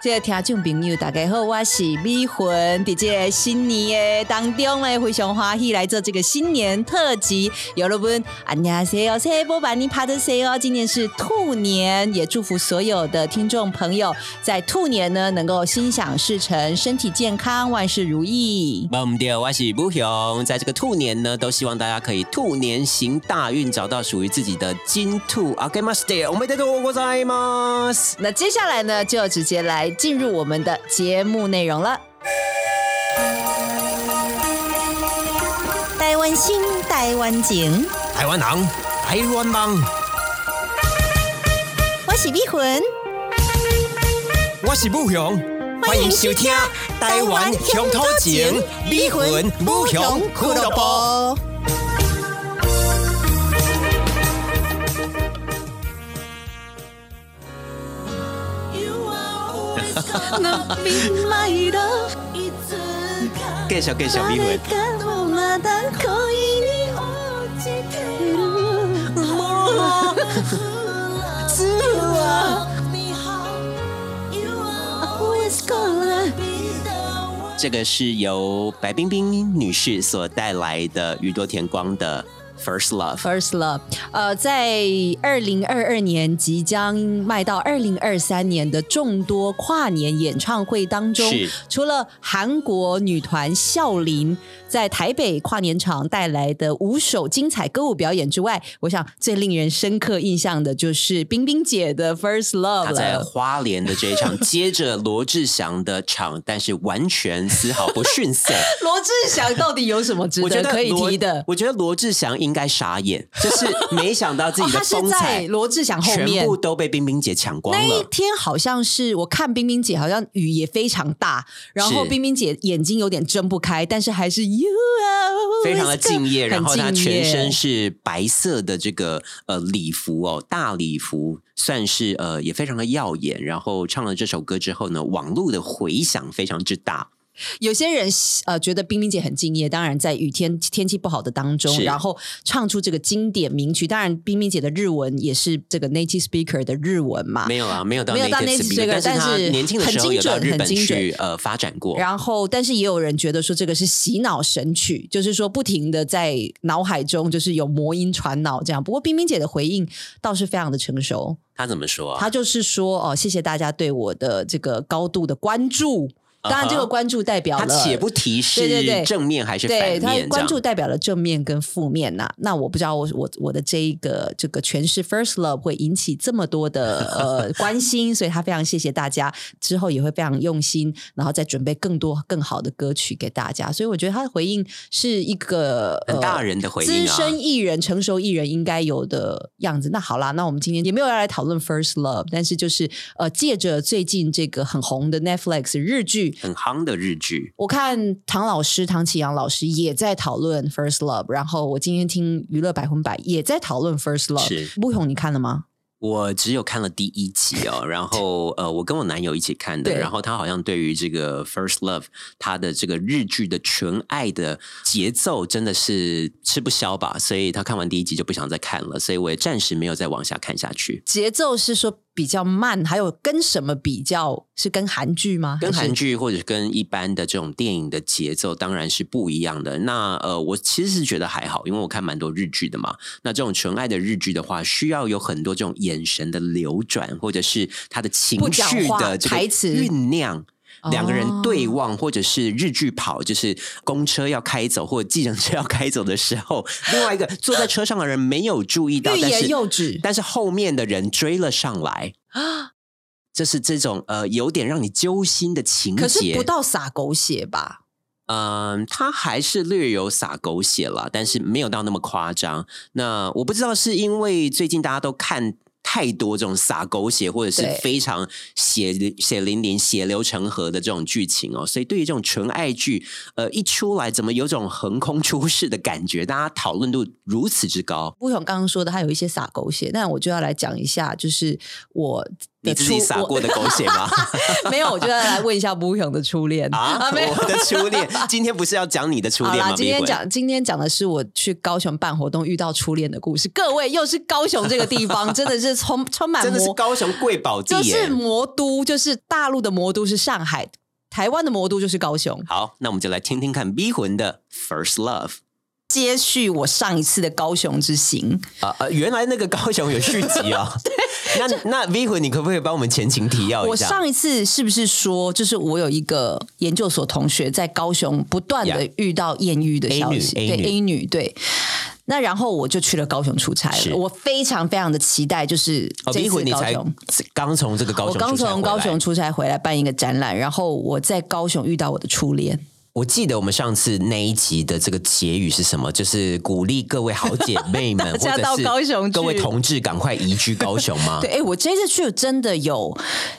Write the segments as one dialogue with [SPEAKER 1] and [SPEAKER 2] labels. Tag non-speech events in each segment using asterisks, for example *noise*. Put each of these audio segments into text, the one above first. [SPEAKER 1] 这个听众朋友，大家好，我是美魂。伫这个新年的当中呢，非常欢喜来做这个新年特辑。有啊了本，안녕하세요，새해복많이받으세요。今年哦是兔年，也祝福所有的听众朋友在兔年呢能够心想事成，身体健康，万事如意。
[SPEAKER 2] 我们的我是不雄，在这个兔年呢，都希望大家可以兔年行大运，找到属于自己的金兔。あけましておめでとうございます。
[SPEAKER 1] 那接下来呢，就直接来进入我们的节目内容了。
[SPEAKER 3] 台湾心，台湾情，
[SPEAKER 2] 台湾人，台湾梦，
[SPEAKER 3] 我是美魂，
[SPEAKER 2] 我是不雄，欢迎收听《台湾乡土情》，美魂不雄俱乐部。 *laughs*
[SPEAKER 3] 部。
[SPEAKER 2] 介绍介绍美魂。 *laughs* 这个是由白冰冰女士所带来的宇多田光的《First Love》。
[SPEAKER 1] First Love，呃，在二零二二年即将迈到二零二三年的众多跨年演唱会当中
[SPEAKER 2] 是，
[SPEAKER 1] 除了韩国女团孝琳在台北跨年场带来的五首精彩歌舞表演之外，我想最令人深刻印象的就是冰冰姐的 First
[SPEAKER 2] 他
[SPEAKER 1] Love
[SPEAKER 2] 在
[SPEAKER 1] 了。
[SPEAKER 2] 花莲的这一
[SPEAKER 1] *laughs*
[SPEAKER 2] 场，接着罗志祥的场，但是完全丝毫不逊色。
[SPEAKER 1] 罗志祥到底有什么 *laughs* 值
[SPEAKER 2] 我觉
[SPEAKER 1] 得
[SPEAKER 2] 得
[SPEAKER 1] 可以
[SPEAKER 2] 罗
[SPEAKER 1] 提的？
[SPEAKER 2] 我觉得罗志祥应该傻眼，就是没想到
[SPEAKER 1] *laughs*
[SPEAKER 2] 自
[SPEAKER 1] 哦
[SPEAKER 2] 己的
[SPEAKER 1] 他是
[SPEAKER 2] 风
[SPEAKER 1] 在
[SPEAKER 2] 采
[SPEAKER 1] 罗志祥后面
[SPEAKER 2] 全部都被冰冰姐抢光
[SPEAKER 1] 那一
[SPEAKER 2] 了。
[SPEAKER 1] 天好像是我看冰冰姐，好像雨也非常大，然后
[SPEAKER 2] 是
[SPEAKER 1] 冰冰姐眼睛有点睁不开，但是还是 you are
[SPEAKER 2] 非常的敬业，然后她
[SPEAKER 1] 很敬
[SPEAKER 2] 全
[SPEAKER 1] 业
[SPEAKER 2] 身是白色的这个呃礼服哦，大礼服，算是呃也非常的耀眼。然后唱了这首歌之后呢，网络的回响非常之大，
[SPEAKER 1] 有些人呃觉得冰冰姐很敬业，当然在雨天天气不好的当中，
[SPEAKER 2] 是
[SPEAKER 1] 然后唱出这个经典名曲。当然，冰冰姐的日文也是这个 native speaker 的日文嘛。
[SPEAKER 2] 没有啊，没有到
[SPEAKER 1] 没有到
[SPEAKER 2] native
[SPEAKER 1] native
[SPEAKER 2] speaker，
[SPEAKER 1] speaker，
[SPEAKER 2] 但是她
[SPEAKER 1] 但是
[SPEAKER 2] 年轻的
[SPEAKER 1] 很
[SPEAKER 2] 时候
[SPEAKER 1] 精
[SPEAKER 2] 有到
[SPEAKER 1] 准
[SPEAKER 2] 日
[SPEAKER 1] 很
[SPEAKER 2] 本
[SPEAKER 1] 精
[SPEAKER 2] 去呃发展过，
[SPEAKER 1] 然后，但是也有人觉得说这个是洗脑神曲，就是说不停的在脑海中就是有魔音传脑这样。不过冰冰姐的回应倒是非常的成熟，
[SPEAKER 2] 他怎么说啊？
[SPEAKER 1] 他就是说哦，谢谢大家对我的这个高度的关注。
[SPEAKER 2] 啊哈
[SPEAKER 1] 当然，这个关注代表
[SPEAKER 2] 他
[SPEAKER 1] 了
[SPEAKER 2] 且不提
[SPEAKER 1] 对对对
[SPEAKER 2] 是正面还是反
[SPEAKER 1] 对
[SPEAKER 2] 面，这
[SPEAKER 1] 他
[SPEAKER 2] 样
[SPEAKER 1] 关注代表了正面跟负面呐、那我不知道我我我的这一个这个诠释 first love 会引起这么多
[SPEAKER 2] *laughs*
[SPEAKER 1] 的呃关心，所以他非常谢谢大家，之后也会非常用心，然后再准备更多更好的歌曲给大家。所以我觉得他的回应是一个呃
[SPEAKER 2] 很大人的回应啊
[SPEAKER 1] 资深艺人、成熟艺人应该有的样子。那好啦，那我们今天也没有要来讨论 first love，但是就是呃，借着最近这个很红的 Netflix 日剧，
[SPEAKER 2] 很夯的日剧。
[SPEAKER 1] 我看唐老师、唐启阳老师也在讨论《First Love》，然后我今天听娱乐百分百也在讨论《First Love》。
[SPEAKER 2] 是
[SPEAKER 1] 不勇，你看了吗？
[SPEAKER 2] 我只有看了第一集哦，然后呃，我跟我男友一起看的，
[SPEAKER 1] 对
[SPEAKER 2] 然后他好像对于这个《First Love》他的这个日剧的纯爱的节奏真的是吃不消吧，所以他看完第一集就不想再看了，所以我也暂时没有再往下看下去。
[SPEAKER 1] 节奏是说比较慢，还有跟什么比较？是跟韩剧吗？
[SPEAKER 2] 跟
[SPEAKER 1] 还是
[SPEAKER 2] 韩剧或者跟一般的这种电影的节奏当然是不一样的。那呃，我其实是觉得还好，因为我看蛮多日剧的嘛。那这种纯爱的日剧的话，需要有很多这种眼神的流转，或者是他的情
[SPEAKER 1] 不讲
[SPEAKER 2] 绪
[SPEAKER 1] 话
[SPEAKER 2] 的这个
[SPEAKER 1] 台词哦
[SPEAKER 2] 酝酿。两个人对望，或者是日剧跑，就是公车要开走或者计程车要开走的时候，另外一个坐在车上的人没有注意
[SPEAKER 1] *laughs*
[SPEAKER 2] 到，
[SPEAKER 1] 欲
[SPEAKER 2] 但是
[SPEAKER 1] 言又止
[SPEAKER 2] 但是后面的人追了上来这是这种呃有点让你揪心的情节。
[SPEAKER 1] 可是不到撒狗血吧？
[SPEAKER 2] 嗯，他还是略有洒狗血啦，但是没有到那么夸张。那我不知道是因为最近大家都看太多这种洒狗血，或者是
[SPEAKER 1] 对
[SPEAKER 2] 非常血血淋淋、血流成河的这种剧情哦，所以对于这种纯爱剧，呃，一出来怎么有种横空出世的感觉？大家讨论度如此之高，
[SPEAKER 1] 不勇刚刚说的，他有一些撒狗血，但我就要来讲一下，就是我
[SPEAKER 2] 你自己撒过的狗血吗？
[SPEAKER 1] 没有，我 *laughs* 就要来问一下吴勇的初恋
[SPEAKER 2] 啊，
[SPEAKER 1] *laughs* 没有。
[SPEAKER 2] 我的初恋，今天不是要讲你的初
[SPEAKER 1] 好
[SPEAKER 2] 恋
[SPEAKER 1] 啦，
[SPEAKER 2] 吗？
[SPEAKER 1] 今天
[SPEAKER 2] 迷魂
[SPEAKER 1] 讲今天讲的是我去高雄办活动遇到初恋的故事。各位，又是高雄这个地方，真的是充充满
[SPEAKER 2] 真的是
[SPEAKER 1] 魔，
[SPEAKER 2] 高雄贵宝地
[SPEAKER 1] 就是
[SPEAKER 2] 耶。
[SPEAKER 1] 魔都，就是大陆的魔都是上海，台湾的魔都就是高雄。
[SPEAKER 2] 好，那我们就来听听看迷魂的 First Love。
[SPEAKER 1] 接续我上一次的高雄之行，
[SPEAKER 2] 啊呃，原来那个高雄有续
[SPEAKER 1] *laughs*
[SPEAKER 2] 集哦。 *laughs* 那那 V 魂，你可不可以帮我们前情提要一
[SPEAKER 1] 我
[SPEAKER 2] 下？哦
[SPEAKER 1] 上一次是不是说，就是我有一个研究所同学在高雄不断的
[SPEAKER 2] Yeah
[SPEAKER 1] 遇到艳遇的
[SPEAKER 2] A
[SPEAKER 1] 消
[SPEAKER 2] 女
[SPEAKER 1] 息
[SPEAKER 2] A
[SPEAKER 1] 对
[SPEAKER 2] 女
[SPEAKER 1] A 女对。那然后我就去了高雄出差
[SPEAKER 2] 是
[SPEAKER 1] 了，我非常非常的期待，就是
[SPEAKER 2] 哦
[SPEAKER 1] 这
[SPEAKER 2] ，V
[SPEAKER 1] 次
[SPEAKER 2] 魂，你
[SPEAKER 1] 高
[SPEAKER 2] 才
[SPEAKER 1] 雄。
[SPEAKER 2] 刚从这个高
[SPEAKER 1] 我
[SPEAKER 2] 雄，
[SPEAKER 1] 刚从高雄，出差回来办一个展览，然后我在高雄遇到我的初恋，
[SPEAKER 2] 我记得我们上次那一集的这个结语是什么？就是鼓励各位好姐妹们，
[SPEAKER 1] *laughs* 大家
[SPEAKER 2] 或者
[SPEAKER 1] 到
[SPEAKER 2] 是
[SPEAKER 1] 高雄去
[SPEAKER 2] 各位同志赶快移居高雄吗
[SPEAKER 1] *laughs* 对，？哎，我这次去真的有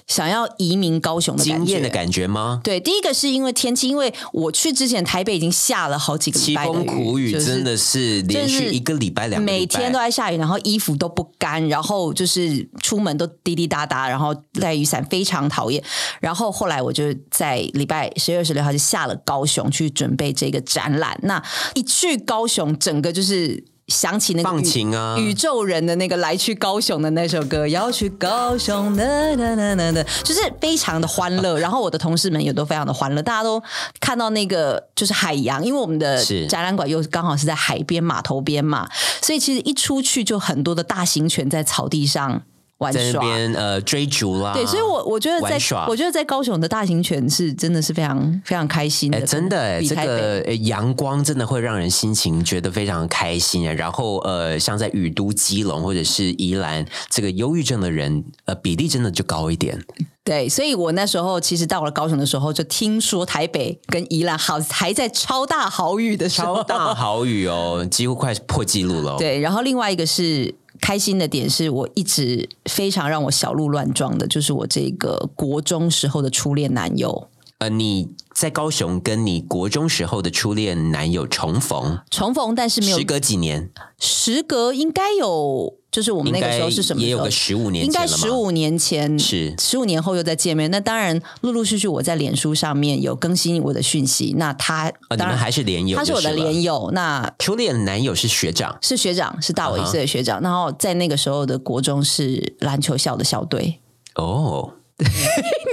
[SPEAKER 1] 想要移民高雄的感
[SPEAKER 2] 惊
[SPEAKER 1] 觉
[SPEAKER 2] 艳的感觉吗？
[SPEAKER 1] 对，第一个是因为天气，因为我去之前台北已经下了好几个礼
[SPEAKER 2] 凄
[SPEAKER 1] 拜的
[SPEAKER 2] 风苦雨
[SPEAKER 1] 就是
[SPEAKER 2] 真的是连续一个礼拜、两个
[SPEAKER 1] 每
[SPEAKER 2] 礼拜
[SPEAKER 1] 天都在下雨，然后衣服都不干，然后就是出门都滴滴答答，然后带雨伞非常讨厌。然后后来我就在礼拜十月二十六号就下了高雄去准备这个展览。那一去高雄，整个就是。想起那个
[SPEAKER 2] 放
[SPEAKER 1] 宇
[SPEAKER 2] 晴啊
[SPEAKER 1] 宇宙人的那个来去高雄的那首歌，要去高雄的的的的的，就是非常的欢乐。然后我的同事们也都非常的欢乐，大家都看到那个就是海洋，因为我们的
[SPEAKER 2] 是
[SPEAKER 1] 展览馆又刚好是在海边码头边嘛，所以其实一出去就很多的大型犬在草地上玩
[SPEAKER 2] 在那
[SPEAKER 1] 耍。
[SPEAKER 2] 边呃追逐啦。
[SPEAKER 1] 对，所以我我觉得在
[SPEAKER 2] 玩耍
[SPEAKER 1] 我觉得在高雄的大型犬是真的是非常非常开心
[SPEAKER 2] 哎、
[SPEAKER 1] 的，
[SPEAKER 2] 真的、哎，
[SPEAKER 1] 比
[SPEAKER 2] 这
[SPEAKER 1] 嗯台北
[SPEAKER 2] 个哎阳光真的会让人心情觉得非常开心哎。然后呃，像在雨都、基隆或者是宜兰，这个忧郁症的人呃比例真的就高一点。
[SPEAKER 1] 对，所以我那时候其实到了高雄的时候，就听说台北跟宜兰好还在超大豪雨的时候，
[SPEAKER 2] 超 *laughs* 大豪雨哦，几乎快破纪录了、哦。，
[SPEAKER 1] 对，然后另外一个是开心的点是我一直非常让我小鹿乱撞的，就是我这个国中时候的初恋男友
[SPEAKER 2] 呃，你在高雄跟你国中时候的初恋男友重逢，
[SPEAKER 1] 重逢，但是没有
[SPEAKER 2] 时隔几年，
[SPEAKER 1] 时隔应该有，就是我们
[SPEAKER 2] 应
[SPEAKER 1] 那个
[SPEAKER 2] 该
[SPEAKER 1] 时候是什么
[SPEAKER 2] 也
[SPEAKER 1] 时
[SPEAKER 2] 有
[SPEAKER 1] 候
[SPEAKER 2] 个？十五年
[SPEAKER 1] 应
[SPEAKER 2] 前
[SPEAKER 1] 该
[SPEAKER 2] 了嘛？
[SPEAKER 1] 十五年前
[SPEAKER 2] 是
[SPEAKER 1] 十五年后又再见面。那当然，陆陆续续我在脸书上面有更新我的讯息。那他
[SPEAKER 2] 啊，你
[SPEAKER 1] 当
[SPEAKER 2] 们
[SPEAKER 1] 然
[SPEAKER 2] 还是连友，
[SPEAKER 1] 他是我的连
[SPEAKER 2] 友。
[SPEAKER 1] 友，那
[SPEAKER 2] 初恋男友是学长，
[SPEAKER 1] 是学长，是
[SPEAKER 2] 啊
[SPEAKER 1] 大我一岁的学长。然后在那个时候的国中是篮球校的校队。 *laughs* 哎
[SPEAKER 2] 哦，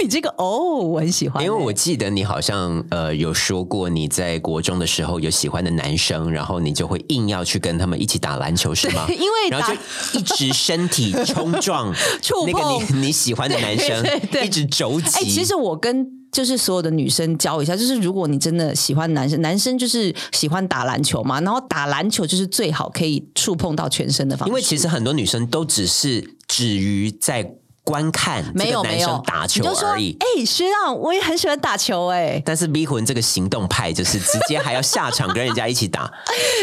[SPEAKER 1] 你这个哦，我很喜欢欸、
[SPEAKER 2] 因为我记得你好像呃有说过你在国中的时候有喜欢的男生，然后你就会硬要去跟他们一起打篮球，是吗？ *laughs*
[SPEAKER 1] 因为
[SPEAKER 2] 然后
[SPEAKER 1] 打
[SPEAKER 2] 就一直身体冲 *laughs* 撞
[SPEAKER 1] 触
[SPEAKER 2] 那个
[SPEAKER 1] 碰
[SPEAKER 2] 你你喜欢的男生，
[SPEAKER 1] 对对对
[SPEAKER 2] 一直肘击。
[SPEAKER 1] 哎、其实我跟就是所有的女生教一下，就是如果你真的喜欢男生，男生就是喜欢打篮球嘛，然后打篮球就是最好可以触碰到全身的方式。
[SPEAKER 2] 因为其实很多女生都只是止于在观看
[SPEAKER 1] 没
[SPEAKER 2] 这个
[SPEAKER 1] 有
[SPEAKER 2] 男
[SPEAKER 1] 没有
[SPEAKER 2] 生打球
[SPEAKER 1] 你就说
[SPEAKER 2] 而已。
[SPEAKER 1] 哎、学长，我也很喜欢打球哎、
[SPEAKER 2] 但是逼魂这个行动派就是直接还要下场跟人家一起 *laughs* 打，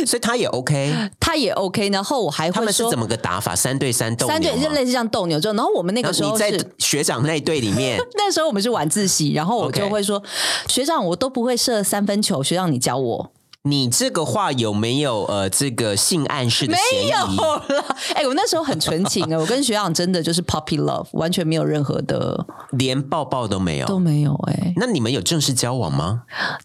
[SPEAKER 2] 所以他也 OK。
[SPEAKER 1] 他也 OK，然后我还
[SPEAKER 2] 他
[SPEAKER 1] 会
[SPEAKER 2] 们是
[SPEAKER 1] 说
[SPEAKER 2] 怎么个打法？三对三斗
[SPEAKER 1] 三对
[SPEAKER 2] 牛
[SPEAKER 1] 就
[SPEAKER 2] 吗
[SPEAKER 1] 类似像斗牛之后，然后我们那
[SPEAKER 2] 然
[SPEAKER 1] 个时
[SPEAKER 2] 后
[SPEAKER 1] 候
[SPEAKER 2] 你
[SPEAKER 1] 是
[SPEAKER 2] 在学长那一队里
[SPEAKER 1] *laughs*
[SPEAKER 2] 面，
[SPEAKER 1] 那时候我们是晚自习，然后我
[SPEAKER 2] OK
[SPEAKER 1] 就会说学长，我都不会射三分球，学长你教我。
[SPEAKER 2] 你这个话有没有呃这个性暗示的嫌
[SPEAKER 1] 没
[SPEAKER 2] 疑？
[SPEAKER 1] 有啦， *laughs* 哎、我那时候很纯情
[SPEAKER 2] *laughs*
[SPEAKER 1] 啊，我跟学长真的就是 puppy love，完全没有任何的
[SPEAKER 2] 连抱抱都没有。
[SPEAKER 1] 都没有哎、
[SPEAKER 2] 那你们有正式交往吗？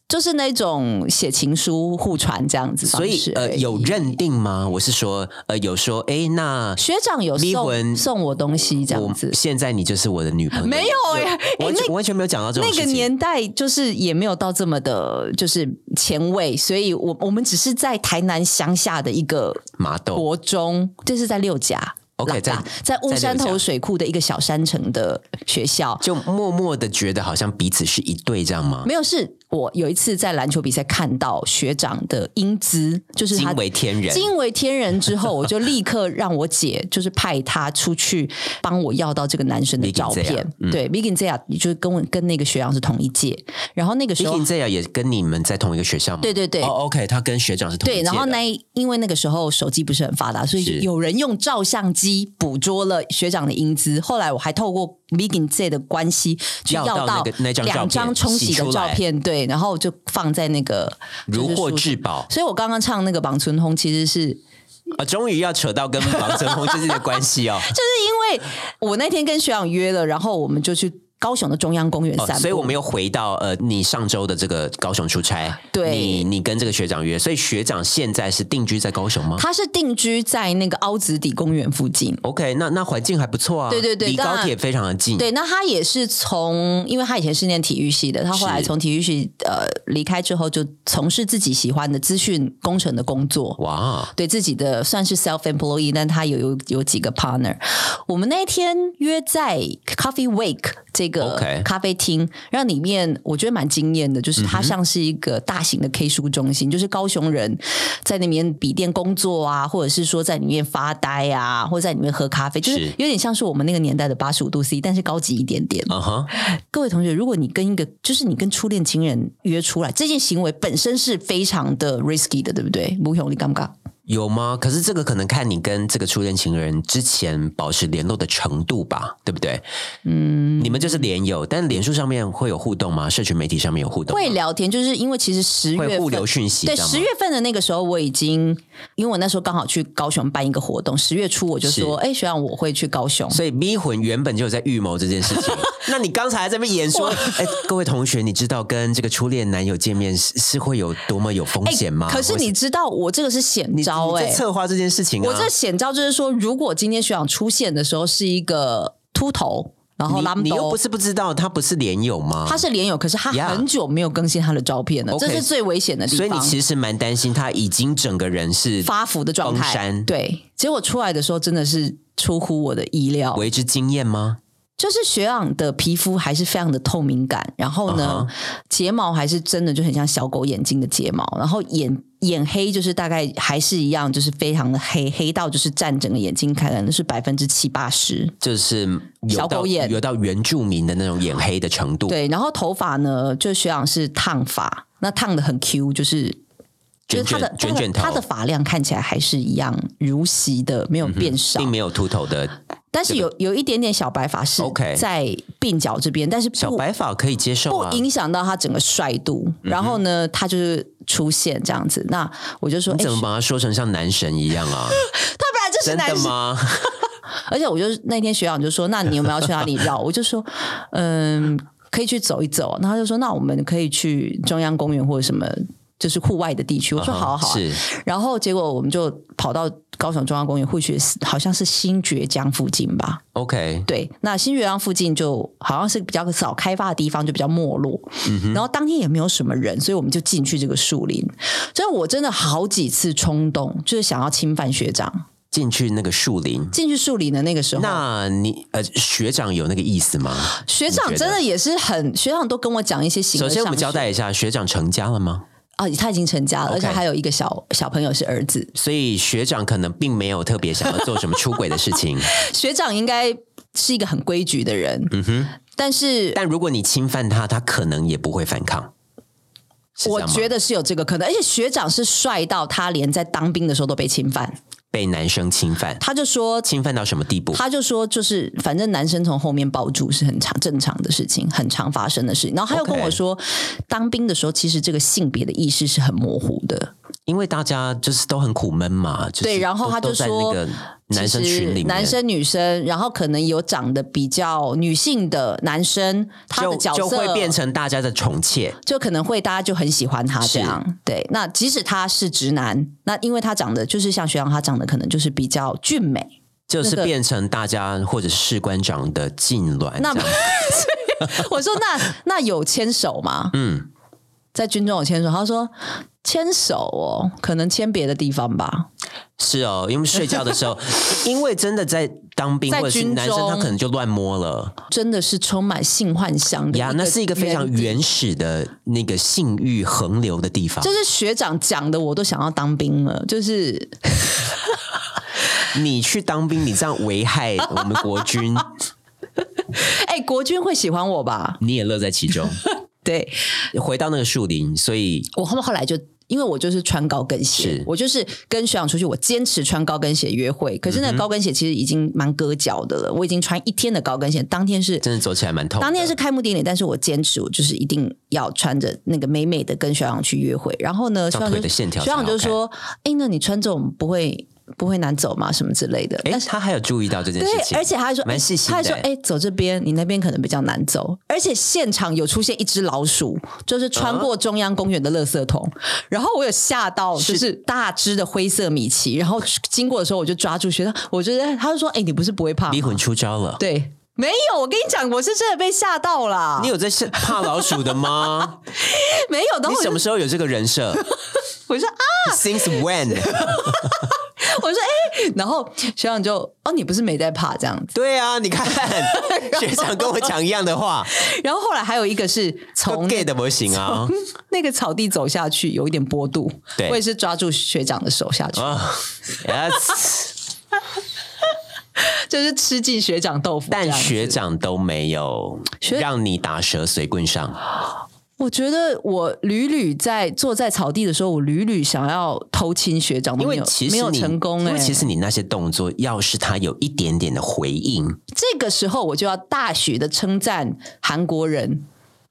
[SPEAKER 1] 就是那种写情书互传这样子方
[SPEAKER 2] 所
[SPEAKER 1] 式而已，
[SPEAKER 2] 以呃有认定吗？我是说呃有说哎那
[SPEAKER 1] 学长有
[SPEAKER 2] 离婚
[SPEAKER 1] 送送我东西这样
[SPEAKER 2] 我
[SPEAKER 1] 子。
[SPEAKER 2] 现在你就是我的女朋友？
[SPEAKER 1] 没有哎、哎
[SPEAKER 2] 完全、
[SPEAKER 1] 那
[SPEAKER 2] 完全没有讲到这种
[SPEAKER 1] 那
[SPEAKER 2] 事情。
[SPEAKER 1] 个年代就是也没有到这么的，就是前卫，所以我我们只是在台南乡下的一个
[SPEAKER 2] 麻豆
[SPEAKER 1] 国中，这是在六甲
[SPEAKER 2] 哦 OK，
[SPEAKER 1] 老大在乌山头水库的一个小山城的学校，
[SPEAKER 2] 就默默的觉得好像彼此是一对，这样吗？
[SPEAKER 1] 没有是我有一次在篮球比赛看到学长的英姿，就是
[SPEAKER 2] 惊
[SPEAKER 1] 他
[SPEAKER 2] 为天人。
[SPEAKER 1] 惊为天人之后，我就立刻让我姐就是派他出去帮我要到这个男生的
[SPEAKER 2] Vicky
[SPEAKER 1] 照
[SPEAKER 2] Zia，嗯
[SPEAKER 1] 片。对 v i g i n Zia 就是跟我跟那个学长是同一届，然后那个时候
[SPEAKER 2] Vicky 这样也跟你们在同一个学校吗？
[SPEAKER 1] 对对对
[SPEAKER 2] 哦、o k 他跟学长是同一届
[SPEAKER 1] 对，
[SPEAKER 2] 的。
[SPEAKER 1] 然后那一因为那个时候手机不是很发达，所
[SPEAKER 2] 是
[SPEAKER 1] 以有人用照相机捕捉了学长的英姿。后来我还透过 Megan Z 的关系去
[SPEAKER 2] 要到那
[SPEAKER 1] 到
[SPEAKER 2] 个那张照片
[SPEAKER 1] 两张冲洗的照片，对，然后就放在那个
[SPEAKER 2] 如获。
[SPEAKER 1] 就是
[SPEAKER 2] 至
[SPEAKER 1] 书
[SPEAKER 2] 宝。
[SPEAKER 1] 所以我刚刚唱那个《榜存红》其实是
[SPEAKER 2] 啊，终于要扯到
[SPEAKER 1] *laughs*
[SPEAKER 2] 跟王成峰之间的关系哦，
[SPEAKER 1] 就是因为我那天跟学长约了，然后我们就去高雄的中央公园散步，
[SPEAKER 2] 哦所以我们又回到呃，你上周的这个高雄出差，
[SPEAKER 1] 对
[SPEAKER 2] 你你跟这个学长约，所以学长现在是定居在高雄吗
[SPEAKER 1] 他是定居在那个凹子底公园附近。
[SPEAKER 2] ？OK，那那环境还不错啊，
[SPEAKER 1] 对对对
[SPEAKER 2] 离
[SPEAKER 1] 当
[SPEAKER 2] 高
[SPEAKER 1] 然
[SPEAKER 2] 铁非常的近，
[SPEAKER 1] 对，那他也是从，因为他以前是念体育系的，他后来
[SPEAKER 2] 是
[SPEAKER 1] 从体育系呃离开之后，就从事自己喜欢的资讯工程的工作。
[SPEAKER 2] 哇，
[SPEAKER 1] 对自己的算是 self employee，但他有有有几个 partner。我们那一天约在 Coffee Wake 这
[SPEAKER 2] OK
[SPEAKER 1] 个咖啡厅，让里面我觉得蛮惊艳的，就是它像是一个大型的 K 书中心，就是高雄人在那边笔电工作啊，或者是说在里面发呆啊，或者在里面喝咖啡，就是
[SPEAKER 2] 是
[SPEAKER 1] 有点像是我们那个年代的八十五度 C，但是高级一点点。
[SPEAKER 2] 嗯哼，
[SPEAKER 1] 各位同学，如果你跟一个就是你跟初恋情人约出来，这件行为本身是非常的 risky 的，对不对？吴勇，你敢不敢？
[SPEAKER 2] 有吗？可是这个可能看你跟这个初恋情人之前保持联络的程度吧，对不对？嗯，你们就是连友，但脸书上面会有互动吗？社群媒体上面有互动吗？
[SPEAKER 1] 会聊天，就是因为其实十月
[SPEAKER 2] 会
[SPEAKER 1] 份
[SPEAKER 2] 互留讯息，
[SPEAKER 1] 对
[SPEAKER 2] 这样吗
[SPEAKER 1] 十月份的那个时候，我已经因为我那时候刚好去高雄办一个活动，十月初我就说，哎、学长我会去高雄。
[SPEAKER 2] 所以迷魂原本就有在预谋这件事
[SPEAKER 1] *laughs*
[SPEAKER 2] 情。那你刚才还在那边演说，哎，各位同学，你知道跟这个初恋男友见面是是会有多么有风
[SPEAKER 1] 哎
[SPEAKER 2] 险吗？
[SPEAKER 1] 可是你知道我这个是险
[SPEAKER 2] 你
[SPEAKER 1] 招
[SPEAKER 2] 你
[SPEAKER 1] 哎、
[SPEAKER 2] 在策划这件事情啊，
[SPEAKER 1] 我这险招就是说，如果今天学长出现的时候是一个秃头，然后拉
[SPEAKER 2] 你你又不是不知道，他不是连友吗？
[SPEAKER 1] 他是连友，可是他
[SPEAKER 2] Yeah
[SPEAKER 1] 很久没有更新他的照片了
[SPEAKER 2] OK
[SPEAKER 1] 这是最危险的地方。
[SPEAKER 2] 所以你其实蛮担心他已经整个人是
[SPEAKER 1] 发福的状
[SPEAKER 2] 崩
[SPEAKER 1] 态，
[SPEAKER 2] 山
[SPEAKER 1] 对，结果出来的时候真的是出乎我的意料，
[SPEAKER 2] 为之惊艳吗？
[SPEAKER 1] 就是学长的皮肤还是非常的透明感，然后
[SPEAKER 2] 啊
[SPEAKER 1] 呢睫毛还是真的就很像小狗眼睛的睫毛，然后眼眼黑就是大概还是一样，就是非常的黑，黑到就是占整个眼睛可能是百分之七八十。
[SPEAKER 2] 就是有
[SPEAKER 1] 小
[SPEAKER 2] 到
[SPEAKER 1] 狗眼
[SPEAKER 2] 有到原住民的那种眼黑的程度，
[SPEAKER 1] 对，然后头发呢，就学长是烫发，那烫的很 Q，就是。就是他的
[SPEAKER 2] 卷卷头
[SPEAKER 1] 他的发量看起来还是一样如昔的，没有变少，
[SPEAKER 2] 嗯并没有秃头的
[SPEAKER 1] 但是有有一点点小白发是
[SPEAKER 2] OK
[SPEAKER 1] 在鬓角这边，但是不
[SPEAKER 2] 小白发可以接受
[SPEAKER 1] 不
[SPEAKER 2] 啊。
[SPEAKER 1] 影响到他整个帅
[SPEAKER 2] 嗯
[SPEAKER 1] 度。然后呢，他就是出现这样子，那我就说，
[SPEAKER 2] 你
[SPEAKER 1] 哎、
[SPEAKER 2] 怎么把他说成像男神一样啊？
[SPEAKER 1] 他本来 *laughs* 就是
[SPEAKER 2] 真
[SPEAKER 1] 男
[SPEAKER 2] 的
[SPEAKER 1] 生，
[SPEAKER 2] 吗？
[SPEAKER 1] 而且我就那天学长就说，那你有没有要去哪里绕？我就说，嗯，可以去走一走。然后他就说，那我们可以去中央公园或者什么。就是户外的地区，我 *laughs* 说好啊好啊，
[SPEAKER 2] *laughs* 是
[SPEAKER 1] 然后结果我们就跑到高雄中央公园，或许是好像是新爵江附近吧，
[SPEAKER 2] OK，
[SPEAKER 1] 对，那新月亮附近就好像是比较少开发的地方，就比较没落。
[SPEAKER 2] 嗯
[SPEAKER 1] 然后当天也没有什么人，所以我们就进去这个树林。所以我真的好几次冲动，就是想要侵犯学长。
[SPEAKER 2] 进去那个树林。
[SPEAKER 1] 进去树林的那个时候，
[SPEAKER 2] 那你呃，学长有那个意思吗？
[SPEAKER 1] 学长
[SPEAKER 2] 你觉得
[SPEAKER 1] 真的也是很，学长都跟我讲一些行为上。
[SPEAKER 2] 首先，我们交代一下，学长成家了吗？
[SPEAKER 1] 啊，他已经成家了
[SPEAKER 2] OK
[SPEAKER 1] 而且还有一个小小朋友是儿子。
[SPEAKER 2] 所以学长可能并没有特别想要做什么出轨的事
[SPEAKER 1] *laughs*
[SPEAKER 2] 情。
[SPEAKER 1] 学长应该是一个很规矩的人，嗯哼，但是
[SPEAKER 2] 但如果你侵犯他，他可能也不会反抗。是这
[SPEAKER 1] 我
[SPEAKER 2] 样吗
[SPEAKER 1] 觉得是有这个可能，而且学长是帅到他连在当兵的时候都被侵犯，
[SPEAKER 2] 被男生侵犯，
[SPEAKER 1] 他就说
[SPEAKER 2] 侵犯到什么地步？
[SPEAKER 1] 他就说，就是反正男生从后面抱住是很常正常的事情，很常发生的事情。然后他又
[SPEAKER 2] OK
[SPEAKER 1] 跟我说当兵的时候，其实这个性别的意识是很模糊的。
[SPEAKER 2] 因为大家就是都很苦闷嘛，就是
[SPEAKER 1] 对然后
[SPEAKER 2] 都
[SPEAKER 1] 他就
[SPEAKER 2] 都在
[SPEAKER 1] 说
[SPEAKER 2] 那个男生
[SPEAKER 1] 其实
[SPEAKER 2] 群里面，
[SPEAKER 1] 男生女生，然后可能有长得比较女性的男生，他的
[SPEAKER 2] 就
[SPEAKER 1] 角色
[SPEAKER 2] 就会变成大家的宠妾。
[SPEAKER 1] 就可能会大家就很喜欢他这样。对，那即使他是直男，那因为他长得就是像学长，他长得可能就是比较俊美。
[SPEAKER 2] 就是
[SPEAKER 1] 那个
[SPEAKER 2] 变成大家或者是士官长的痉挛这
[SPEAKER 1] 那 *laughs*
[SPEAKER 2] 样子，
[SPEAKER 1] 我说那那有牵手吗？
[SPEAKER 2] 嗯，
[SPEAKER 1] 在军中有牵手，他说牵手哦，可能牵别的地方吧。
[SPEAKER 2] 是哦，因为睡觉的
[SPEAKER 1] *laughs*
[SPEAKER 2] 时候，因为真的在当兵
[SPEAKER 1] 在
[SPEAKER 2] 或者是
[SPEAKER 1] 军
[SPEAKER 2] 男生，他
[SPEAKER 1] 中
[SPEAKER 2] 可能就乱摸了
[SPEAKER 1] 真的是充满性幻想的
[SPEAKER 2] 呀，那是一个非常
[SPEAKER 1] 原
[SPEAKER 2] 原始的那个性欲横流的地方
[SPEAKER 1] 就。是学长讲的，我都想要当兵了。就是
[SPEAKER 2] 你去当兵，你这样危害我们国
[SPEAKER 1] *laughs*
[SPEAKER 2] 军，
[SPEAKER 1] 哎、国军会喜欢我吧？
[SPEAKER 2] 你也乐在其中。
[SPEAKER 1] 对
[SPEAKER 2] 回到那个树林，所以
[SPEAKER 1] 我后后来就。因为我就是穿高跟鞋
[SPEAKER 2] 是，
[SPEAKER 1] 我就是跟学长出去，我坚持穿高跟鞋约会。可是
[SPEAKER 2] 嗯
[SPEAKER 1] 那个高跟鞋其实已经蛮割脚的了，我已经穿一天的高跟鞋，当天是
[SPEAKER 2] 真的走起来蛮痛的。
[SPEAKER 1] 当天是开幕典礼，但是我坚持，我就是一定要穿着那个美美的跟学长去约会。然后呢，学
[SPEAKER 2] 让
[SPEAKER 1] 长
[SPEAKER 2] 腿
[SPEAKER 1] 就
[SPEAKER 2] 的线条
[SPEAKER 1] 学长
[SPEAKER 2] 才好
[SPEAKER 1] 就说：“哎、那你穿这种不会不会难走嘛，什么之类的。
[SPEAKER 2] 哎，他还有注意到这件事
[SPEAKER 1] 对，
[SPEAKER 2] 情，
[SPEAKER 1] 而且他还说，
[SPEAKER 2] 蛮细心
[SPEAKER 1] 他
[SPEAKER 2] 的
[SPEAKER 1] 还说，哎、走这边，你那边可能比较难走。而且现场有出现一只老鼠，就是穿过中央公园的垃圾桶，
[SPEAKER 2] 哦
[SPEAKER 1] 然后我有吓到，就是大只的灰色米奇，然后经过的时候我就抓住学生，我觉得他就说，哎、你不是不会怕
[SPEAKER 2] 迷
[SPEAKER 1] 吗？
[SPEAKER 2] 魂出招了。
[SPEAKER 1] 对，没有，我跟你讲，我是真的被吓到啦
[SPEAKER 2] 你，有
[SPEAKER 1] *laughs*
[SPEAKER 2] 在吓怕老鼠的吗？
[SPEAKER 1] 没有，然后
[SPEAKER 2] 你
[SPEAKER 1] 我
[SPEAKER 2] 什
[SPEAKER 1] 就
[SPEAKER 2] 么时候有这个人
[SPEAKER 1] *laughs*
[SPEAKER 2] 设
[SPEAKER 1] 我就说啊，
[SPEAKER 2] ？Since
[SPEAKER 1] *laughs*
[SPEAKER 2] when？
[SPEAKER 1] 我说哎、然后学长就，哦，你不是没在怕这样
[SPEAKER 2] *laughs*
[SPEAKER 1] 子。
[SPEAKER 2] 对
[SPEAKER 1] *laughs*
[SPEAKER 2] 啊，你看学长跟我讲一样的话，
[SPEAKER 1] 然后后来还有一个是从
[SPEAKER 2] 都 gay 的模型啊
[SPEAKER 1] 从那个草地走下去，有一点坡度。
[SPEAKER 2] 对
[SPEAKER 1] 我也是抓住学长的手下去，
[SPEAKER 2] 啊，yes，
[SPEAKER 1] *laughs* 就是吃进学长豆腐这样子。
[SPEAKER 2] 但学长都没有
[SPEAKER 1] 学哦
[SPEAKER 2] 让你打蛇随棍上，
[SPEAKER 1] 我觉得我屡屡在坐在草地的时候，我屡屡想要偷亲学长，都
[SPEAKER 2] 因
[SPEAKER 1] 没
[SPEAKER 2] 为
[SPEAKER 1] 有
[SPEAKER 2] 其实
[SPEAKER 1] 没有
[SPEAKER 2] 你
[SPEAKER 1] 成功、欸。
[SPEAKER 2] 因为其实你那些动作，要是他有一点点的回应，
[SPEAKER 1] 这个时候我就要大许的称赞韩国人。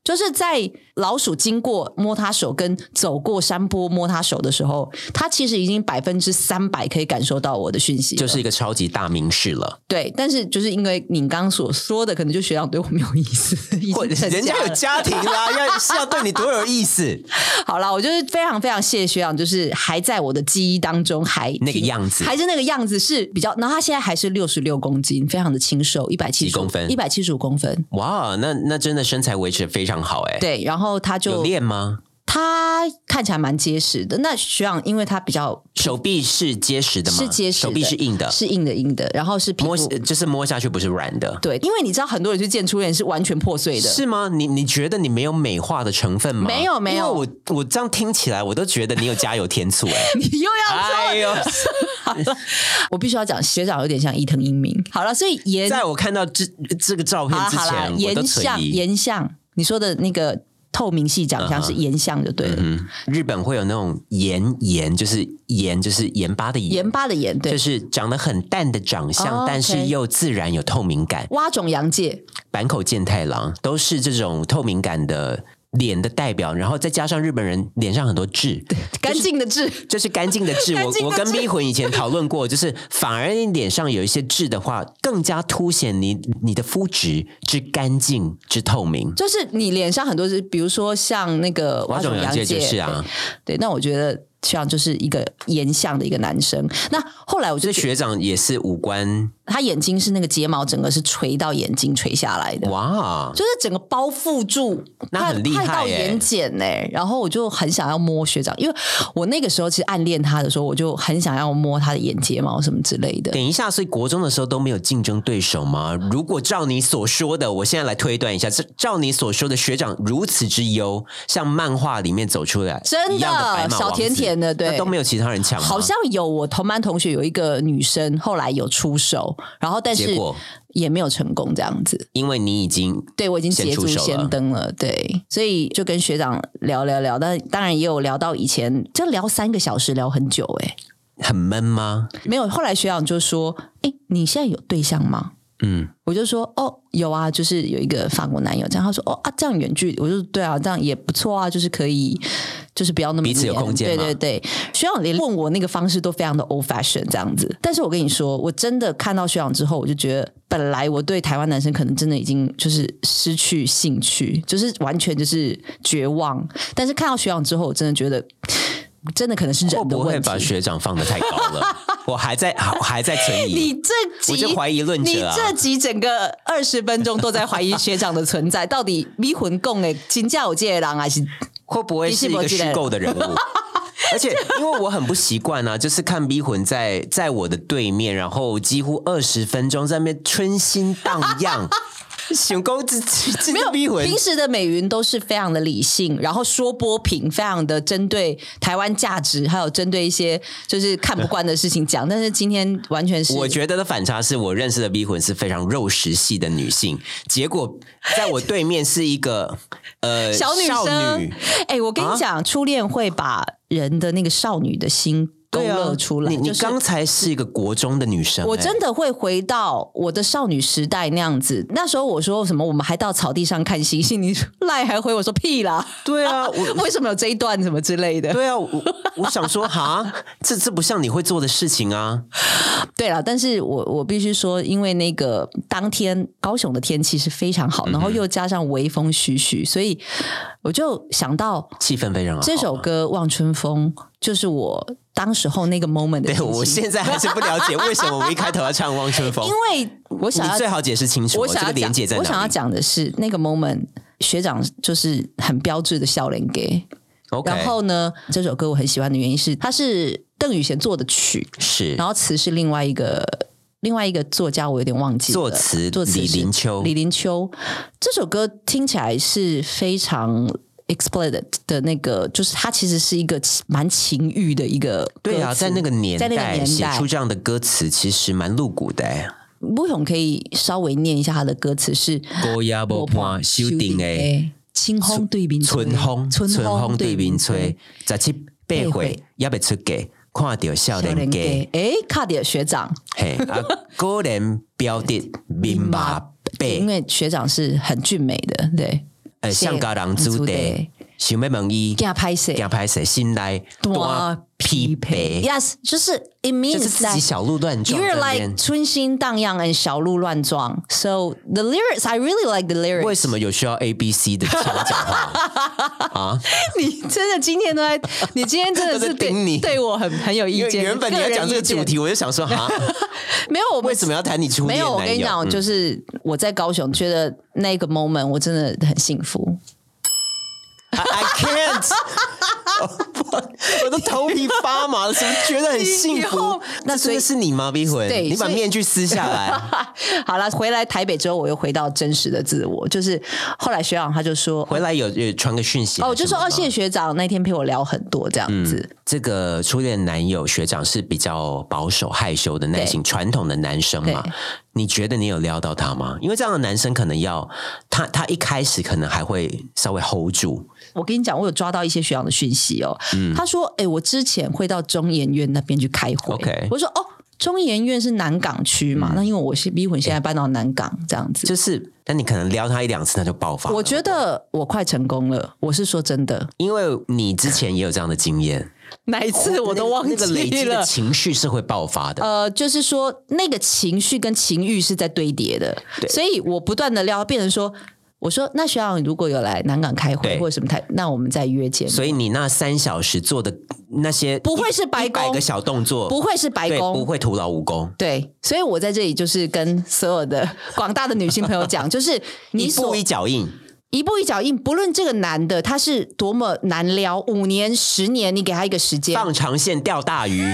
[SPEAKER 1] 就是在老鼠经过摸他手，跟走过山坡摸他手的时候，他其实已经百分之三百可以感受到我的讯息了，
[SPEAKER 2] 就是一个超级大明示了。
[SPEAKER 1] 对，但是就是因为你刚所说的，可能就学长对我没有意思， *laughs* 已
[SPEAKER 2] 或
[SPEAKER 1] 经成
[SPEAKER 2] 人
[SPEAKER 1] 家
[SPEAKER 2] 家有
[SPEAKER 1] 了
[SPEAKER 2] 家庭啦， *laughs* 要是要对你多有意思，
[SPEAKER 1] 好啦，我就是非常非常谢谢学长，就是还在我的记忆当中还
[SPEAKER 2] 那个样子
[SPEAKER 1] 还是那个样子是比较。然后他现在还是六十六公斤，非常的清瘦，一百七
[SPEAKER 2] 几公分
[SPEAKER 1] 一百七十五公分。
[SPEAKER 2] 哇，那那真的身材维持得非常好哎、
[SPEAKER 1] 对，然后他
[SPEAKER 2] 有
[SPEAKER 1] 就
[SPEAKER 2] 练吗？
[SPEAKER 1] 他看起来蛮结实的。那学长因为他比较
[SPEAKER 2] 手臂是结实的吗？
[SPEAKER 1] 是结实的
[SPEAKER 2] 手臂是硬的，
[SPEAKER 1] 是硬的硬的，然后是皮
[SPEAKER 2] 摸
[SPEAKER 1] 肤
[SPEAKER 2] 就是摸下去不是软的，
[SPEAKER 1] 对，因为你知道很多人去见初恋是完全破碎的，
[SPEAKER 2] 是吗？你你觉得你没有美化的成分吗？
[SPEAKER 1] 没有没有
[SPEAKER 2] 因为我我这样听起来，我都觉得你有加油添醋
[SPEAKER 1] *laughs*
[SPEAKER 2] 哎、
[SPEAKER 1] *laughs* 你又要
[SPEAKER 2] 哎
[SPEAKER 1] *laughs*
[SPEAKER 2] 呦，
[SPEAKER 1] 我必须要讲学长有点像伊藤英明。好了，所以言
[SPEAKER 2] 在我看到这这个照片
[SPEAKER 1] 好了
[SPEAKER 2] 之
[SPEAKER 1] 好啊了，
[SPEAKER 2] 前，
[SPEAKER 1] 岩
[SPEAKER 2] 我都存
[SPEAKER 1] 像
[SPEAKER 2] 疑。啊
[SPEAKER 1] 岩像，你说的那个透明系长像是岩像就对了，
[SPEAKER 2] 嗯，日本会有那种盐盐，就是盐，就是盐巴的
[SPEAKER 1] 盐
[SPEAKER 2] 盐，
[SPEAKER 1] 巴的盐嗯对
[SPEAKER 2] 就。是长得很淡的长相，
[SPEAKER 1] 哦
[SPEAKER 2] 但是
[SPEAKER 1] OK
[SPEAKER 2] 又自然有透明感。
[SPEAKER 1] 蛙种洋介，
[SPEAKER 2] 坂口健太郎都是这种透明感的脸的代表，然后再加上日本人脸上很多痣，
[SPEAKER 1] 干净的痣，
[SPEAKER 2] 就是干净的痣。
[SPEAKER 1] 干净的
[SPEAKER 2] 我我跟
[SPEAKER 1] 痣
[SPEAKER 2] 咪魂以前讨论
[SPEAKER 1] *laughs*
[SPEAKER 2] 过，就是反而你脸上有一些痣的话，更加凸显你你的肤质之干净之透明。
[SPEAKER 1] 就是你脸上很多是，比如说像那个
[SPEAKER 2] 蛙
[SPEAKER 1] 蛙
[SPEAKER 2] 种
[SPEAKER 1] 种
[SPEAKER 2] 洋
[SPEAKER 1] 洋
[SPEAKER 2] 介
[SPEAKER 1] 介
[SPEAKER 2] 就是啊
[SPEAKER 1] 对。对那我觉得像就是一个岩像的一个男生。那后来我
[SPEAKER 2] 这
[SPEAKER 1] 就觉
[SPEAKER 2] 学长也是五官
[SPEAKER 1] 他眼睛是那个睫毛整个是垂到眼睛垂下来的，
[SPEAKER 2] 哇，
[SPEAKER 1] 就是整个包覆住，
[SPEAKER 2] 那
[SPEAKER 1] 快
[SPEAKER 2] 很厉害
[SPEAKER 1] 快到
[SPEAKER 2] 耶
[SPEAKER 1] 眼睑呢、然后我就很想要摸学长，因为我那个时候其实暗恋他的时候，我就很想要摸他的眼睫毛什么之类的。
[SPEAKER 2] 等一下，所以国中的时候都没有竞争对手吗？如果照你所说的，我现在来推断一下，这照你所说的学长如此之优，像漫画里面走出来
[SPEAKER 1] 真的
[SPEAKER 2] 一样的白马王子
[SPEAKER 1] 小甜甜的对
[SPEAKER 2] 那都没有其他人抢吗？
[SPEAKER 1] 好像有我同班同学有一个女生，后来有出手，然后但
[SPEAKER 2] 结
[SPEAKER 1] 是
[SPEAKER 2] 果
[SPEAKER 1] 也没有成功这样子。
[SPEAKER 2] 因为你已经
[SPEAKER 1] 对我已经捷足
[SPEAKER 2] 先出手了
[SPEAKER 1] 先登了，对，所以就跟学长聊聊聊，但当然也有聊到以前，就聊三个小时，聊很久、欸，
[SPEAKER 2] 很闷吗？
[SPEAKER 1] 没有。后来学长就说：“哎、你现在有对象吗？”
[SPEAKER 2] 嗯，
[SPEAKER 1] 我就说哦，有啊，就是有一个法国男友，这样他说哦啊，这样远距离，我就说对啊，这样也不错啊，就是可以，就是不要那么
[SPEAKER 2] 彼此有
[SPEAKER 1] 黏
[SPEAKER 2] 空间嘛
[SPEAKER 1] 对对对，学长连问我那个方式都非常的 old fashion 这样子，但是我跟你说，我真的看到学长之后，我就觉得本来我对台湾男生可能真的已经就是失去兴趣，就是完全就是绝望，但是看到学长之后，我真的觉得。真的可能是
[SPEAKER 2] 会
[SPEAKER 1] 人的
[SPEAKER 2] 不会
[SPEAKER 1] 问题
[SPEAKER 2] 把。学长放得太高 *laughs* 了？我还在，我还在存
[SPEAKER 1] 你
[SPEAKER 2] 疑。
[SPEAKER 1] 这集
[SPEAKER 2] 我就怀疑论
[SPEAKER 1] 你
[SPEAKER 2] 者啊
[SPEAKER 1] 这集整个二十分钟都在怀疑学长的存在，到底迷魂共诶，金价有借狼
[SPEAKER 2] *laughs*
[SPEAKER 1] 还是？
[SPEAKER 2] *laughs* 会不会是一个虚构的人 *laughs* 物？而且，因为我很不习惯啊，就是看逼魂在在我的对面，然后几乎二十分钟在那边春心荡 *laughs* 漾，想公这这
[SPEAKER 1] 没有
[SPEAKER 2] 这逼魂
[SPEAKER 1] 平时的美云都是非常的理性，然后说波平非常的针对台湾价值，还有针对一些就是看不惯的事情讲。但是今天完全是，
[SPEAKER 2] 我觉得的反差是我认识的逼魂是非常肉食系的女性，结果在我对面是一个呃
[SPEAKER 1] 小女
[SPEAKER 2] 少
[SPEAKER 1] 生
[SPEAKER 2] 女，啊
[SPEAKER 1] 哎、我跟你讲，初恋会把人的那个少女的心勾
[SPEAKER 2] 对
[SPEAKER 1] 勒
[SPEAKER 2] 啊，
[SPEAKER 1] 出来。
[SPEAKER 2] 你你
[SPEAKER 1] 就是
[SPEAKER 2] 刚才是一个国中的女生、
[SPEAKER 1] 我
[SPEAKER 2] 哎
[SPEAKER 1] 真的会回到我的少女时代那样子。那时候我说什么，我们还到草地上看星星，你赖还回我说屁啦，*laughs*
[SPEAKER 2] 对啊，我
[SPEAKER 1] 为什么有这一段什么之类的？
[SPEAKER 2] *laughs* 对啊，我我想说，哈，这这不像你会做的事情啊。
[SPEAKER 1] 对了，但是我我必须说，因为那个当天高雄的天气是非常
[SPEAKER 2] 嗯
[SPEAKER 1] 好，然后又加上微风徐徐，所以我就想到
[SPEAKER 2] 气氛非常好。啊
[SPEAKER 1] 这首歌《望春风》就是我当时候那个 moment 的心
[SPEAKER 2] *laughs* 对
[SPEAKER 1] 情。
[SPEAKER 2] 我现在还是不了解为什么我们一开头要唱《望春风》，
[SPEAKER 1] *laughs* 因为我想
[SPEAKER 2] 你
[SPEAKER 1] 要
[SPEAKER 2] 最好解释清楚
[SPEAKER 1] 我
[SPEAKER 2] 哦这
[SPEAKER 1] 想
[SPEAKER 2] 个
[SPEAKER 1] 要
[SPEAKER 2] 连
[SPEAKER 1] 讲
[SPEAKER 2] 接在，哪
[SPEAKER 1] 我
[SPEAKER 2] 里。
[SPEAKER 1] 想要讲的是那个 moment，学长就是很标志的笑脸给。
[SPEAKER 2] OK，
[SPEAKER 1] 然后呢，这首歌我很喜欢的原因是，它是邓雨贤做的曲，
[SPEAKER 2] 是
[SPEAKER 1] 然后词是另外一个另外一个作家，我有点忘记了
[SPEAKER 2] 作词
[SPEAKER 1] 作词
[SPEAKER 2] 李
[SPEAKER 1] 是
[SPEAKER 2] 林秋
[SPEAKER 1] 李林秋这首歌听起来是非常。explicit 的那个，就是它其实是一个蛮情欲的一个歌词。
[SPEAKER 2] 对啊，在那个年
[SPEAKER 1] 在那个
[SPEAKER 2] 代
[SPEAKER 1] 年
[SPEAKER 2] 写
[SPEAKER 1] 代
[SPEAKER 2] 出这样的歌词，其实蛮露骨
[SPEAKER 1] *laughs*
[SPEAKER 2] 的、哎
[SPEAKER 1] 吴勇可以稍微念一下他的歌词是：
[SPEAKER 2] 高野无伴修定的，
[SPEAKER 1] 清风对面吹
[SPEAKER 2] 春风，春风对面吹，，十七八
[SPEAKER 1] 八
[SPEAKER 2] 岁
[SPEAKER 1] 岁
[SPEAKER 2] 也未出嫁，看到
[SPEAKER 1] 少
[SPEAKER 2] 少
[SPEAKER 1] 年
[SPEAKER 2] 年家。
[SPEAKER 1] 家。哎，卡迪尔学长，
[SPEAKER 2] 嘿，啊， *laughs* 个人标的明马
[SPEAKER 1] 因
[SPEAKER 2] 白，
[SPEAKER 1] 为学长是很俊美的，对，
[SPEAKER 2] 呃，上家人子弟，想要问伊，
[SPEAKER 1] 给他拍摄，
[SPEAKER 2] 惊拍谁心内多匹配，
[SPEAKER 1] Yes，就是 it
[SPEAKER 2] 就是
[SPEAKER 1] means
[SPEAKER 2] 自己
[SPEAKER 1] that。
[SPEAKER 2] 小鹿乱撞
[SPEAKER 1] You're
[SPEAKER 2] 在那
[SPEAKER 1] like
[SPEAKER 2] 边。
[SPEAKER 1] 春心荡漾 and 小鹿乱撞。So the lyrics, I really like the lyrics.
[SPEAKER 2] 为什么有需要 A B C 的教我
[SPEAKER 1] *laughs*
[SPEAKER 2] 讲话？
[SPEAKER 1] 你真的今天都在，你今天真的是
[SPEAKER 2] *laughs* 都在
[SPEAKER 1] 对
[SPEAKER 2] 盯你
[SPEAKER 1] 对我很很有意
[SPEAKER 2] 因为
[SPEAKER 1] 见。
[SPEAKER 2] 原本你要
[SPEAKER 1] 人
[SPEAKER 2] 讲这个
[SPEAKER 1] 意见
[SPEAKER 2] 主，题，我就想说，哈，
[SPEAKER 1] 没有我们
[SPEAKER 2] 为什么要谈你初
[SPEAKER 1] 没
[SPEAKER 2] 恋
[SPEAKER 1] 有，我跟
[SPEAKER 2] 男
[SPEAKER 1] 你
[SPEAKER 2] 友？
[SPEAKER 1] 讲，就是我在高雄，觉得那个 moment 我真的很幸 *laughs* 福。
[SPEAKER 2] I I can't，我的头皮发麻了，怎么觉得很幸
[SPEAKER 1] 以
[SPEAKER 2] 福
[SPEAKER 1] 后？那
[SPEAKER 2] 那
[SPEAKER 1] 所
[SPEAKER 2] 真
[SPEAKER 1] 以
[SPEAKER 2] 的是你吗，逼魂？
[SPEAKER 1] 对
[SPEAKER 2] 你把
[SPEAKER 1] 所以
[SPEAKER 2] 面具撕下
[SPEAKER 1] *laughs*
[SPEAKER 2] 来，
[SPEAKER 1] 好了，回来台北之后，我又回到真实的自我。就是后来学长他就说，
[SPEAKER 2] 回来有有传个讯息还是什么吗。
[SPEAKER 1] 哦，我就说哦，谢谢学长那嗯天陪我聊很多这样子。
[SPEAKER 2] 这个初恋男友学长是比较保守、害羞的类型，传统的男生嘛
[SPEAKER 1] 对？
[SPEAKER 2] 你觉得你有撩到他吗？因为这样的男生可能要他，他一开始可能还会稍微 hold 住，
[SPEAKER 1] 我跟你讲，我有抓到一些学长的讯息哦。他说，哎、我之前会到中研院那边去开会。
[SPEAKER 2] OK
[SPEAKER 1] 我说哦。中研院是南港区嘛？那因为我是逼魂，现在搬到南港这样子。
[SPEAKER 2] 就是那你可能撩他一两次他就爆发了。
[SPEAKER 1] 我觉得我快成功了，我是说真的。
[SPEAKER 2] 因为你之前也有这样的经验，哦
[SPEAKER 1] 哪一次哎我都忘记
[SPEAKER 2] 那
[SPEAKER 1] 了。
[SPEAKER 2] 个累积的情绪是会爆发的。
[SPEAKER 1] 呃，就是说那个情绪跟情欲是在堆叠的，所以我不断的撩，变成说，我说那学长如果有来南港开会
[SPEAKER 2] 对
[SPEAKER 1] 或者什么台，那我们再约见面，
[SPEAKER 2] 所以你那三小时做的那些
[SPEAKER 1] 不会是白
[SPEAKER 2] 百
[SPEAKER 1] 宫
[SPEAKER 2] 个，小动作，
[SPEAKER 1] 不会是白
[SPEAKER 2] 对不
[SPEAKER 1] 宫。
[SPEAKER 2] 会徒劳无功。
[SPEAKER 1] 对，所以我在这里就是跟所有的广大的女性朋友讲，就是你
[SPEAKER 2] *laughs* 一
[SPEAKER 1] 所
[SPEAKER 2] 步一脚印，
[SPEAKER 1] 一步一脚印，不论这个男的他是多么难撩，五年、十年，你给他一个时间，
[SPEAKER 2] 放长线钓大鱼。
[SPEAKER 1] *laughs*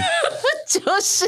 [SPEAKER 1] 就是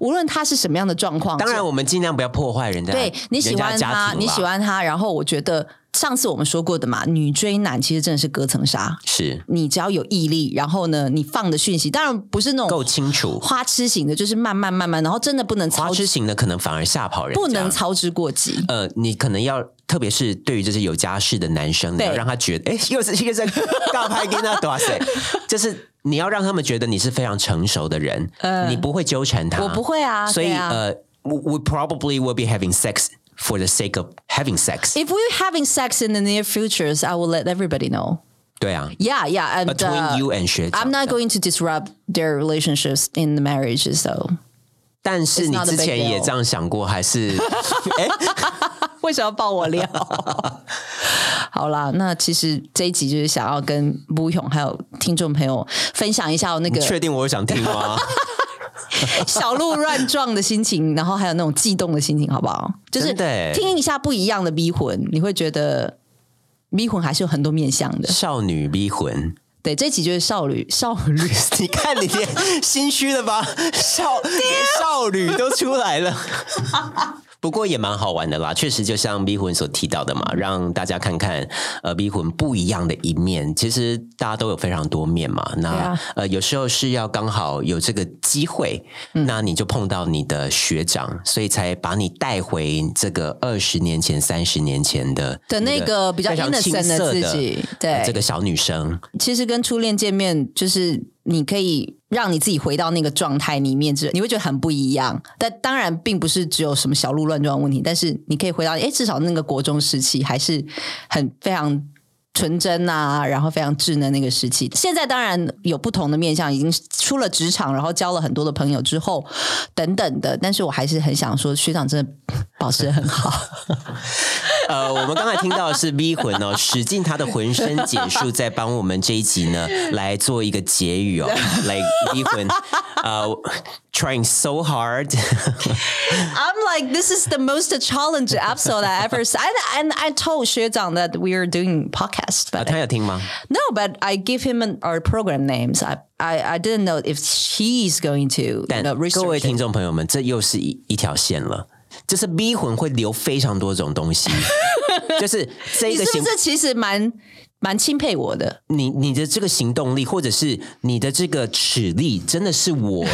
[SPEAKER 1] 无论他是什么样的状况，
[SPEAKER 2] 当然，我们尽量不要破坏人家。
[SPEAKER 1] 哦对你喜欢
[SPEAKER 2] 人家啊家
[SPEAKER 1] 他，
[SPEAKER 2] 庭啦
[SPEAKER 1] 你喜欢他，然后我觉得上次我们说过的嘛，女追男其实真的是隔层纱。
[SPEAKER 2] 是
[SPEAKER 1] 你只要有毅力，然后呢，你放的讯息当然不是那
[SPEAKER 2] 够
[SPEAKER 1] 种
[SPEAKER 2] 清楚。
[SPEAKER 1] 花痴型的，就是慢慢慢慢，然后真的不能
[SPEAKER 2] 花
[SPEAKER 1] 操
[SPEAKER 2] 痴
[SPEAKER 1] 之，
[SPEAKER 2] 型的可能反而吓跑人家，
[SPEAKER 1] 不能操之过急。
[SPEAKER 2] 呃，你可能要，特别是对于这些有家室的男生，你
[SPEAKER 1] 对
[SPEAKER 2] 要让他觉得，哎、又是又是告拍跟那
[SPEAKER 1] *laughs*
[SPEAKER 2] 多塞，就是你要让他们觉得你是非常成熟的人，你不会纠缠他，
[SPEAKER 1] 呃我不会啊，
[SPEAKER 2] 所以、
[SPEAKER 1] 对啊、
[SPEAKER 2] 呃，we we probably will be having sex for the sake of having sex，、
[SPEAKER 1] If we're having sex in the near futures, I will let everybody know.
[SPEAKER 2] 对啊
[SPEAKER 1] Yeah, yeah, and
[SPEAKER 2] ，between、
[SPEAKER 1] uh,
[SPEAKER 2] you and 学长
[SPEAKER 1] I'm not going to disrupt their relationships in the marriages, so
[SPEAKER 2] 但是
[SPEAKER 1] It's
[SPEAKER 2] 你
[SPEAKER 1] not a
[SPEAKER 2] 之
[SPEAKER 1] big
[SPEAKER 2] 前也
[SPEAKER 1] deal
[SPEAKER 2] 这样想过，还
[SPEAKER 1] *laughs*
[SPEAKER 2] 是 *laughs*
[SPEAKER 1] 哎为什么要爆我料？ *laughs* 好啦，那其实这一集就是想要跟吴勇还有听众朋友分享一下我那个
[SPEAKER 2] 确定我有想听吗？
[SPEAKER 1] *laughs* 小鹿乱撞的心情，然后还有那种悸动的心情，好不
[SPEAKER 2] *laughs*
[SPEAKER 1] 好？就是
[SPEAKER 2] 真的欸
[SPEAKER 1] 听一下不一样的迷魂，你会觉得迷魂还是有很多面向的。
[SPEAKER 2] 少女逼魂。 *laughs*
[SPEAKER 1] 对，这一集就是少女少女
[SPEAKER 2] 你看你连心虚了吧？少连少女都出来了。 *laughs* 不过也蛮好玩的啦，确实就像逼魂所提到的嘛，让大家看看呃逼魂不一样的一面。其实大家都有非常多面嘛，那、
[SPEAKER 1] 对啊
[SPEAKER 2] 呃有时候是要刚好有这个机会，
[SPEAKER 1] 嗯
[SPEAKER 2] 那你就碰到你的学长，所以才把你带回这个二十年前、三十年前的
[SPEAKER 1] 的那个比较
[SPEAKER 2] 非常青
[SPEAKER 1] innocent 的
[SPEAKER 2] 涩
[SPEAKER 1] 自己，对， *laughs*
[SPEAKER 2] 呃这个小女生。
[SPEAKER 1] 其实跟初恋见面，就是你可以让你自己回到那个状态里面，这你会觉得很不一样。但当然，并不是只有什么小鹿乱撞的问题，但是你可以回到，哎，至少那个国中时期还是很非常。纯真啊，然后非常稚嫩那个时期。现在当然有不同的面向，已经出了职场，然后交了很多的朋友之后，等等的。但是我还是很想说，学长真的 *laughs* 保持得很好。
[SPEAKER 2] 呃，我们刚才听到
[SPEAKER 1] *laughs*
[SPEAKER 2] 的是 V 魂哦，使尽他的浑身解数，在帮我们这一集
[SPEAKER 1] *laughs*
[SPEAKER 2] 呢来做一个结语哦。Like V 魂，呃，trying
[SPEAKER 1] *laughs*
[SPEAKER 2] so hard
[SPEAKER 1] I'm like, this is the most challenge episode I ever saw. And, and I told Xuezhang that we are doing podcast,
[SPEAKER 2] 啊，
[SPEAKER 1] but
[SPEAKER 2] 他有听吗？
[SPEAKER 1] no, but I give him an, our program names. I, I, I didn't know if he's going to you
[SPEAKER 2] 但
[SPEAKER 1] know, research
[SPEAKER 2] 各位
[SPEAKER 1] it.
[SPEAKER 2] 听众朋友们，这又是一一条线了，就是 V 魂会留非常多种
[SPEAKER 1] *laughs*
[SPEAKER 2] 东西，就是这
[SPEAKER 1] 你
[SPEAKER 2] 个
[SPEAKER 1] 是
[SPEAKER 2] 行
[SPEAKER 1] 不是其实蛮蛮钦佩我的？
[SPEAKER 2] 你你的这个行动力，或者是你的这个齿力，真的
[SPEAKER 1] *laughs*
[SPEAKER 2] 是我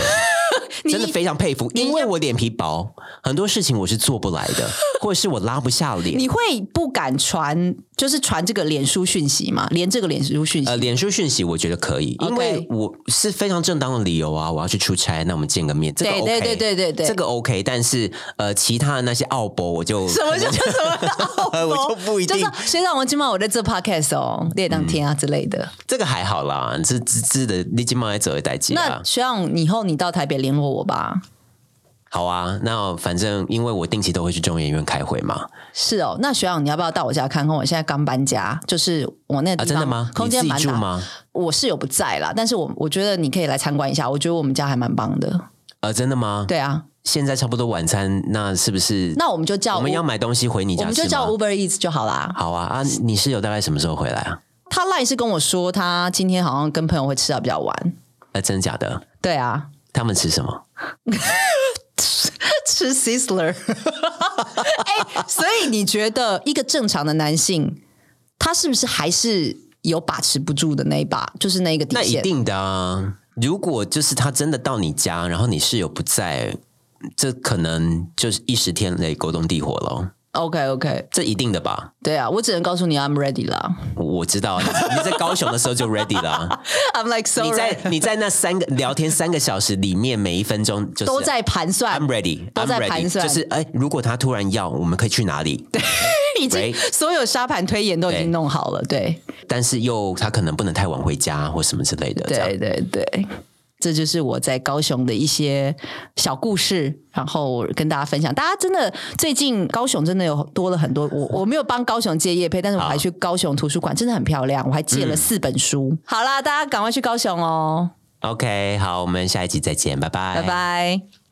[SPEAKER 2] 真的非常佩服，因为我脸皮薄，很多事情我是做不来的，或者是我拉不下脸。
[SPEAKER 1] 你会不敢传，就是传这个脸书讯息嘛？连这个脸书讯息，
[SPEAKER 2] 呃，脸书讯息我觉得可以，因为
[SPEAKER 1] OK
[SPEAKER 2] 我是非常正当的理由啊，我要去出差，那我们见个面，这个
[SPEAKER 1] 对对
[SPEAKER 2] OK，
[SPEAKER 1] 对对对对
[SPEAKER 2] 这个 OK。但是呃，其他的那些奥博我就 *laughs*
[SPEAKER 1] 什么叫什么？哦
[SPEAKER 2] 我就不一定嗯
[SPEAKER 1] 就是学长，我今晚我在这 podcast 哦，列当天啊之类的。
[SPEAKER 2] 这个还好啦，这这这的你今晚来走的代际啊
[SPEAKER 1] 那，学长，以后你到台北联络我吧。
[SPEAKER 2] 好啊。那反正因为我定期都会去中研院开会嘛，
[SPEAKER 1] 是哦，那学长，你要不要到我家看看？我现在刚搬家，就是我那个
[SPEAKER 2] 啊，
[SPEAKER 1] 地
[SPEAKER 2] 真
[SPEAKER 1] 方、
[SPEAKER 2] 的吗？
[SPEAKER 1] 空
[SPEAKER 2] 你自
[SPEAKER 1] 间
[SPEAKER 2] 己
[SPEAKER 1] 蛮
[SPEAKER 2] 住
[SPEAKER 1] 大。
[SPEAKER 2] 吗？
[SPEAKER 1] 我室友不在啦，但是我我觉得你可以来参观一下，我觉得我们家还蛮棒的。
[SPEAKER 2] 呃，真的吗？，
[SPEAKER 1] 对啊，
[SPEAKER 2] 现在差不多晚餐，那是不是？
[SPEAKER 1] 那我们就叫
[SPEAKER 2] 我们
[SPEAKER 1] Uber-
[SPEAKER 2] 要买东西回你
[SPEAKER 1] 我
[SPEAKER 2] 家
[SPEAKER 1] 们
[SPEAKER 2] 吃
[SPEAKER 1] 就叫
[SPEAKER 2] 吗？
[SPEAKER 1] Uber Eats 就好啦。
[SPEAKER 2] 好啊啊！你室友大概什么时候回来啊？
[SPEAKER 1] 他 line 是跟我说，他今天好像跟朋友会吃到比较晚。
[SPEAKER 2] 呃，真的假的？
[SPEAKER 1] 对啊，
[SPEAKER 2] 他们吃什么？
[SPEAKER 1] *laughs* 吃 Sizzler。哎、所以你觉得一个正常的男性，他是不是还是有把持不住的那一把，就是那一个底
[SPEAKER 2] 那一
[SPEAKER 1] 线？
[SPEAKER 2] 定的啊！如果就是他真的到你家，然后你室友不在，这可能就是一时天雷勾动地火喽。
[SPEAKER 1] OK OK，
[SPEAKER 2] 这一定的吧？
[SPEAKER 1] 对啊，我只能告诉你 I'm ready 啦。 *laughs*
[SPEAKER 2] 我知道，你啊你在高雄的时候就 ready 了啊、
[SPEAKER 1] I'm like so
[SPEAKER 2] 你
[SPEAKER 1] ready，
[SPEAKER 2] 在你在那三个聊天三个小时里面，每一分钟就是
[SPEAKER 1] 都在盘算
[SPEAKER 2] I'm ready，
[SPEAKER 1] 都在
[SPEAKER 2] I'm ready
[SPEAKER 1] 盘算
[SPEAKER 2] 就是哎、如果他突然要，我们可以去哪里？
[SPEAKER 1] 已经
[SPEAKER 2] Right
[SPEAKER 1] 所有沙盘推演都已
[SPEAKER 2] 对
[SPEAKER 1] 经弄好了。对
[SPEAKER 2] 但是又他可能不能太晚回家或什么之类的。这样
[SPEAKER 1] 对对对，这就是我在高雄的一些小故事，然后跟大家分享。大家真的最近高雄真的有多了很多，我我没有帮高雄借叶配，但是我还去高雄图书馆，真的很漂亮，我还借
[SPEAKER 2] 嗯
[SPEAKER 1] 了四本书。好啦，大家赶快去高雄哦，
[SPEAKER 2] OK，好，我们下一集再见，拜拜，
[SPEAKER 1] 拜拜。